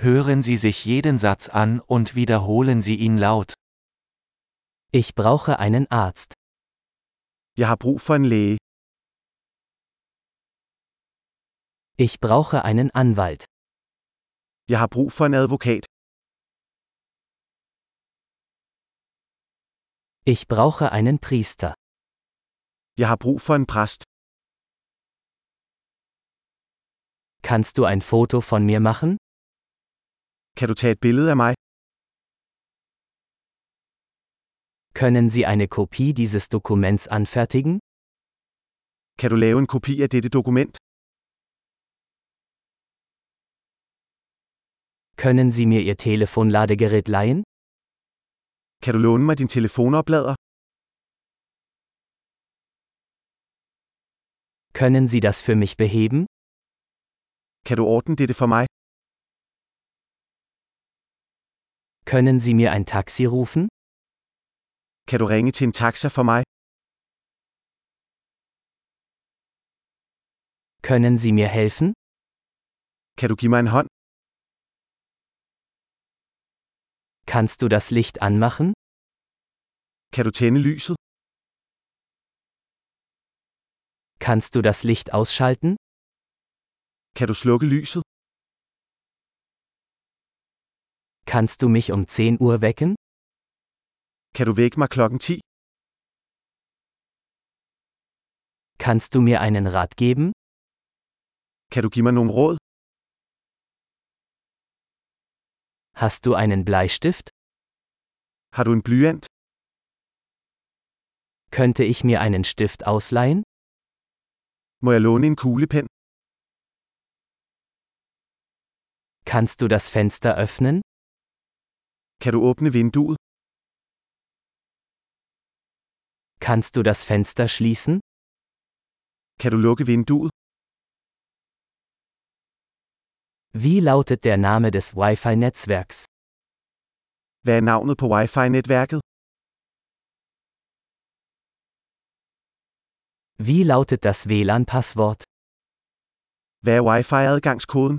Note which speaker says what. Speaker 1: Hören Sie sich jeden Satz an und wiederholen Sie ihn laut.
Speaker 2: Ich brauche einen Arzt.
Speaker 3: Jeg har brug for en læge.
Speaker 2: Ich brauche einen Anwalt.
Speaker 3: Jeg har brug for en advokat.
Speaker 2: Ich brauche einen Priester.
Speaker 3: Jeg har brug for en præst.
Speaker 2: Kannst du ein Foto von mir machen?
Speaker 3: Kan du tage et billede af mig?
Speaker 2: Können Sie eine Kopie dieses Dokuments anfertigen?
Speaker 3: Kan du lave en kopi af dette dokument?
Speaker 2: Können Sie mir Ihr Telefonladegerät leihen?
Speaker 3: Kan du låne mig din telefonoplader?
Speaker 2: Können Sie das für mich beheben?
Speaker 3: Kan du ordne dette for mig?
Speaker 2: Können Sie mir ein Taxi rufen?
Speaker 3: Kan du ringe til en taxa for mig?
Speaker 2: Können Sie mir helfen?
Speaker 3: Kan du give mig en hånd?
Speaker 2: Kannst du das Licht anmachen?
Speaker 3: Kan du tænde lyset?
Speaker 2: Kannst du das Licht ausschalten?
Speaker 3: Kan du slukke lyset?
Speaker 2: Kannst du mich um 10 Uhr wecken?
Speaker 3: Kan du vække mig klokken 10?
Speaker 2: Kannst du mir einen Rat geben?
Speaker 3: Kan du give mig nogle råd?
Speaker 2: Hast du einen Bleistift?
Speaker 3: Har du en blyant?
Speaker 2: Könnte ich mir einen Stift ausleihen?
Speaker 3: Må jeg låne en kuglepen?
Speaker 2: Kannst du das Fenster öffnen?
Speaker 3: Kan du åbne vinduet?
Speaker 2: Kannst du das Fenster schließen?
Speaker 3: Kan du lukke vinduet?
Speaker 2: Wie lautet der Name des Wi-Fi-Netzwerks?
Speaker 3: Hvad er navnet på wifi-netværket?
Speaker 2: Wie lautet das WLAN-Passwort?
Speaker 3: Hvad er wifi-adgangskoden?